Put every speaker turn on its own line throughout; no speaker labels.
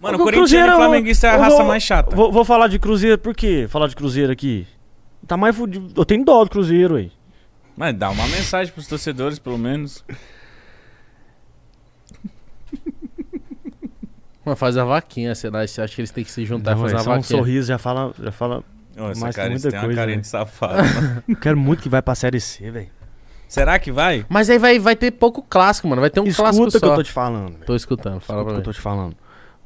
Mano,
O
corintiano e
Cruzeiro,
flamenguista é a
eu
raça
vou-
mais chata.
Vou, vou falar de Cruzeiro, por quê? Falar de Cruzeiro aqui. Tá mais fudido. Eu tenho dó do Cruzeiro aí.
Mas dá uma mensagem pros torcedores, pelo menos.
Mano, faz a vaquinha, sei lá. Você acha que eles têm que se juntar e fazer
Dá
a
só um
vaquinha?
sorriso, já fala. Já fala
Nossa,
Mas tem
cara, eles
muita
têm uma
coisa,
carinha
né?
de safado. mano.
eu quero muito que vai pra série C, velho.
Será que vai?
Mas aí vai, vai ter pouco clássico, mano. Vai ter um clássico
Escuta
só.
o que eu tô te falando, velho.
Tô escutando, fala
Escuta o que eu
pra mim.
tô te falando.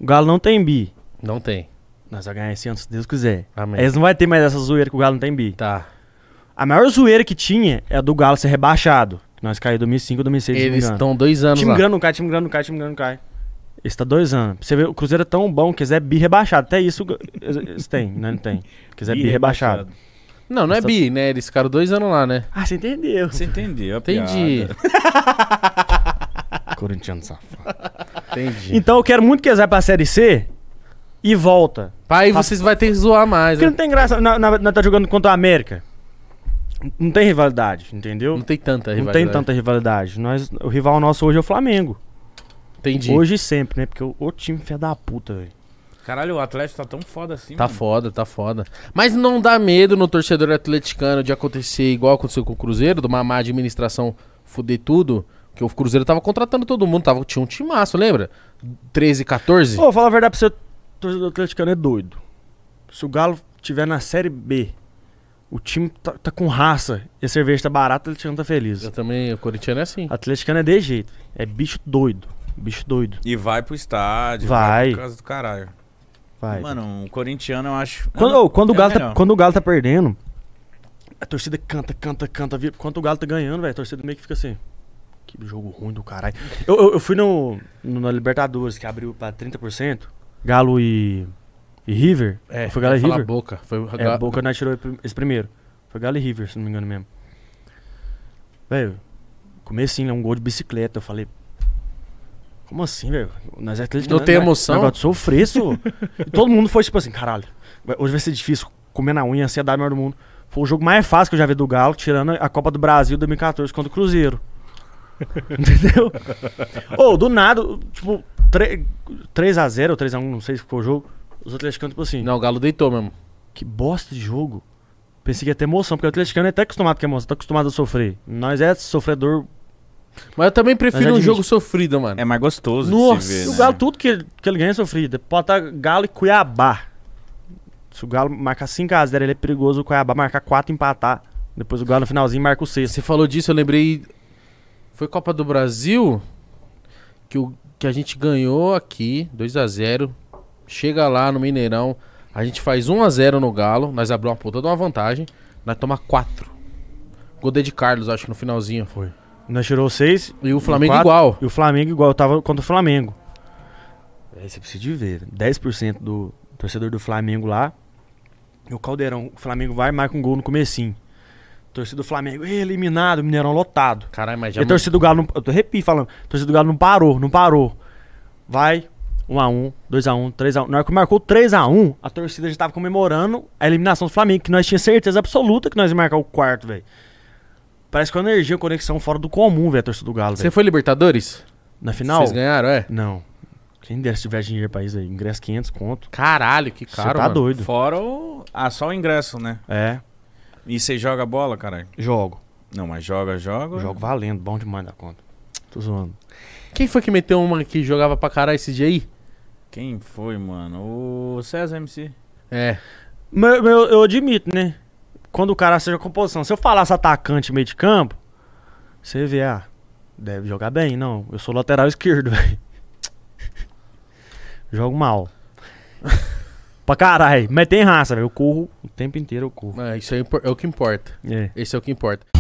O Galo não tem bi.
Não tem.
Nós vamos ganhar esse ano, se Deus quiser.
Amém.
Eles não vai ter mais essa zoeira que o Galo não tem bi.
Tá.
A maior zoeira que tinha é a do Galo ser rebaixado. Que nós caímos em 2005, 2006, se não me
Eles
engano.
estão dois anos
Time
lá.
grande não cai, time grande não cai, time grande não cai. Esse tá dois anos. Pra Você vê, o Cruzeiro é tão bom que eles é bi rebaixado. Até isso eles eles têm, né? Não tem. Que eles é bi rebaixado.
Não, não é
Eles tão-
bi, né? Eles ficaram dois anos lá, né?
Ah, você entendeu.
Você entendeu a
Entendi.
piada.
Corintiano safado.
Entendi.
Então eu quero muito que eles vá pra Série C e volta.
Pai, vocês vão ter que zoar mais.
Porque
né?
não tem graça. na- na- Nós tá jogando contra o América. Não tem rivalidade, entendeu?
Não tem tanta
Não
rivalidade.
tem tanta rivalidade. Nós, o rival nosso hoje é o Flamengo.
Entendi.
Hoje e sempre, né? Porque o, o time fé da puta, velho.
Caralho, o Atlético tá tão foda assim,
Tá
mano.
foda, tá foda. Mas não dá medo no torcedor atleticano de acontecer igual aconteceu com o Cruzeiro, de uma má administração fuder tudo? Porque o Cruzeiro tava contratando todo mundo, tava, tinha um timaço, lembra? 13, 14?
Ô, fala a verdade pra você, o torcedor atleticano é doido. Se o Galo tiver na Série B, o time tá, tá com raça e a cerveja tá barata, o atleticano tá feliz.
Eu também, o corintiano é assim.
Atleticano é de jeito, é bicho doido. Bicho doido.
E vai pro estádio.
Vai.
por causa do caralho.
Vai.
Mano, o corintiano eu acho.
quando,
Eu não-
ô, quando o
é
Galo tá,
melhor.
quando o Galo tá perdendo, a torcida canta, canta, canta. vira- Quando o Galo tá ganhando, velho, a torcida meio que fica assim. Que jogo ruim do caralho. Eu, eu, eu fui no, no- na Libertadores, que abriu pra 30%. Galo e, e River. foi Galo e
fala
River.
boca. Foi o
É, a Boca nós tirou esse primeiro. Foi Galo e River, se não me engano mesmo. Velho, comecinho, né, um gol de bicicleta. Eu falei. Como assim, velho? Nós é atleticano,
Não tem
né?
emoção?
Negócio de sofrer, isso. E todo mundo foi tipo assim, caralho. vai- Hoje vai ser difícil comer na unha, assim, é ansiedade maior do mundo. Foi o jogo mais fácil que eu já vi do Galo, tirando a Copa do Brasil 2014 contra o Cruzeiro. Entendeu? Ou, do nada, tipo, 3x0 ou 3x1, não sei se ficou o jogo. Os atleticanos, tipo assim.
Não, o Galo deitou mesmo.
Que bosta de jogo. Pensei que ia ter emoção, porque o atleticano é até acostumado com emoção, tá acostumado a sofrer. Nós é sofredor.
Mas eu também prefiro um
admite.
jogo sofrido, mano.
É mais gostoso de
Nossa,
se ver.
E o
né?
Galo, tudo que, que ele ganha é sofrido. Pode estar Galo e Cuiabá. Se o Galo marcar 5x0, ele é perigoso. O Cuiabá marcar 4 e empatar. Depois o Galo no finalzinho marca o 6.
Você falou disso, eu lembrei. Foi Copa do Brasil que, o, que a gente ganhou aqui, 2 a 0 Chega lá no Mineirão, a gente faz 1 a 0 no Galo, nós abrimos uma puta de uma vantagem, nós toma 4. Gol de Carlos, acho, no finalzinho. Foi.
Nós tirou 6
E o Flamengo
Quatro.
igual.
e o Flamengo igual. Eu tava contra o Flamengo. Aí É, você precisa de ver. 10% do torcedor do Flamengo lá. E o Caldeirão. O Flamengo vai e marca um gol no comecinho. Torcida do Flamengo, "Ê, eliminado. Mineirão lotado.
Caralho, mas
E
já
a torcida do Galo, não, eu tô repito falando, a torcida do Galo não parou, não parou. Vai, 1x1, 2x1, 3x1. Na hora que marcou 3x1, a torcida já tava comemorando a eliminação do Flamengo, que nós tínhamos certeza absoluta que nós ia marcar o quarto, velho. Parece que a energia, a conexão fora do comum, velho, a torcida do Galo,
Você
velho.
foi Libertadores?
Na final?
Vocês ganharam, é?
Não. Quem dera se tivesse dinheiro pra isso aí, ingresso 500 conto.
Caralho, que
Você
caro,
tá
mano.
doido.
Fora o. Ah, só o ingresso, né?
É,
E você joga bola, caralho?
jogo.
Não, mas joga, joga.
Jogo valendo, bom demais da conta. Tô zoando.
Quem foi que meteu uma que jogava pra caralho esse dia aí?
Quem foi, mano? O César MC.
É.
Mas mas eu, eu admito, né? Quando o cara seja composição, se eu falasse atacante meio de campo, você vê, ah, deve jogar bem. Não, eu sou lateral esquerdo, velho. Jogo mal. pra caralho. Mas tem raça, velho. Eu corro o tempo inteiro, eu corro.
Ah, Isso aí é o impor- é o que importa.
É.
Esse é o que importa.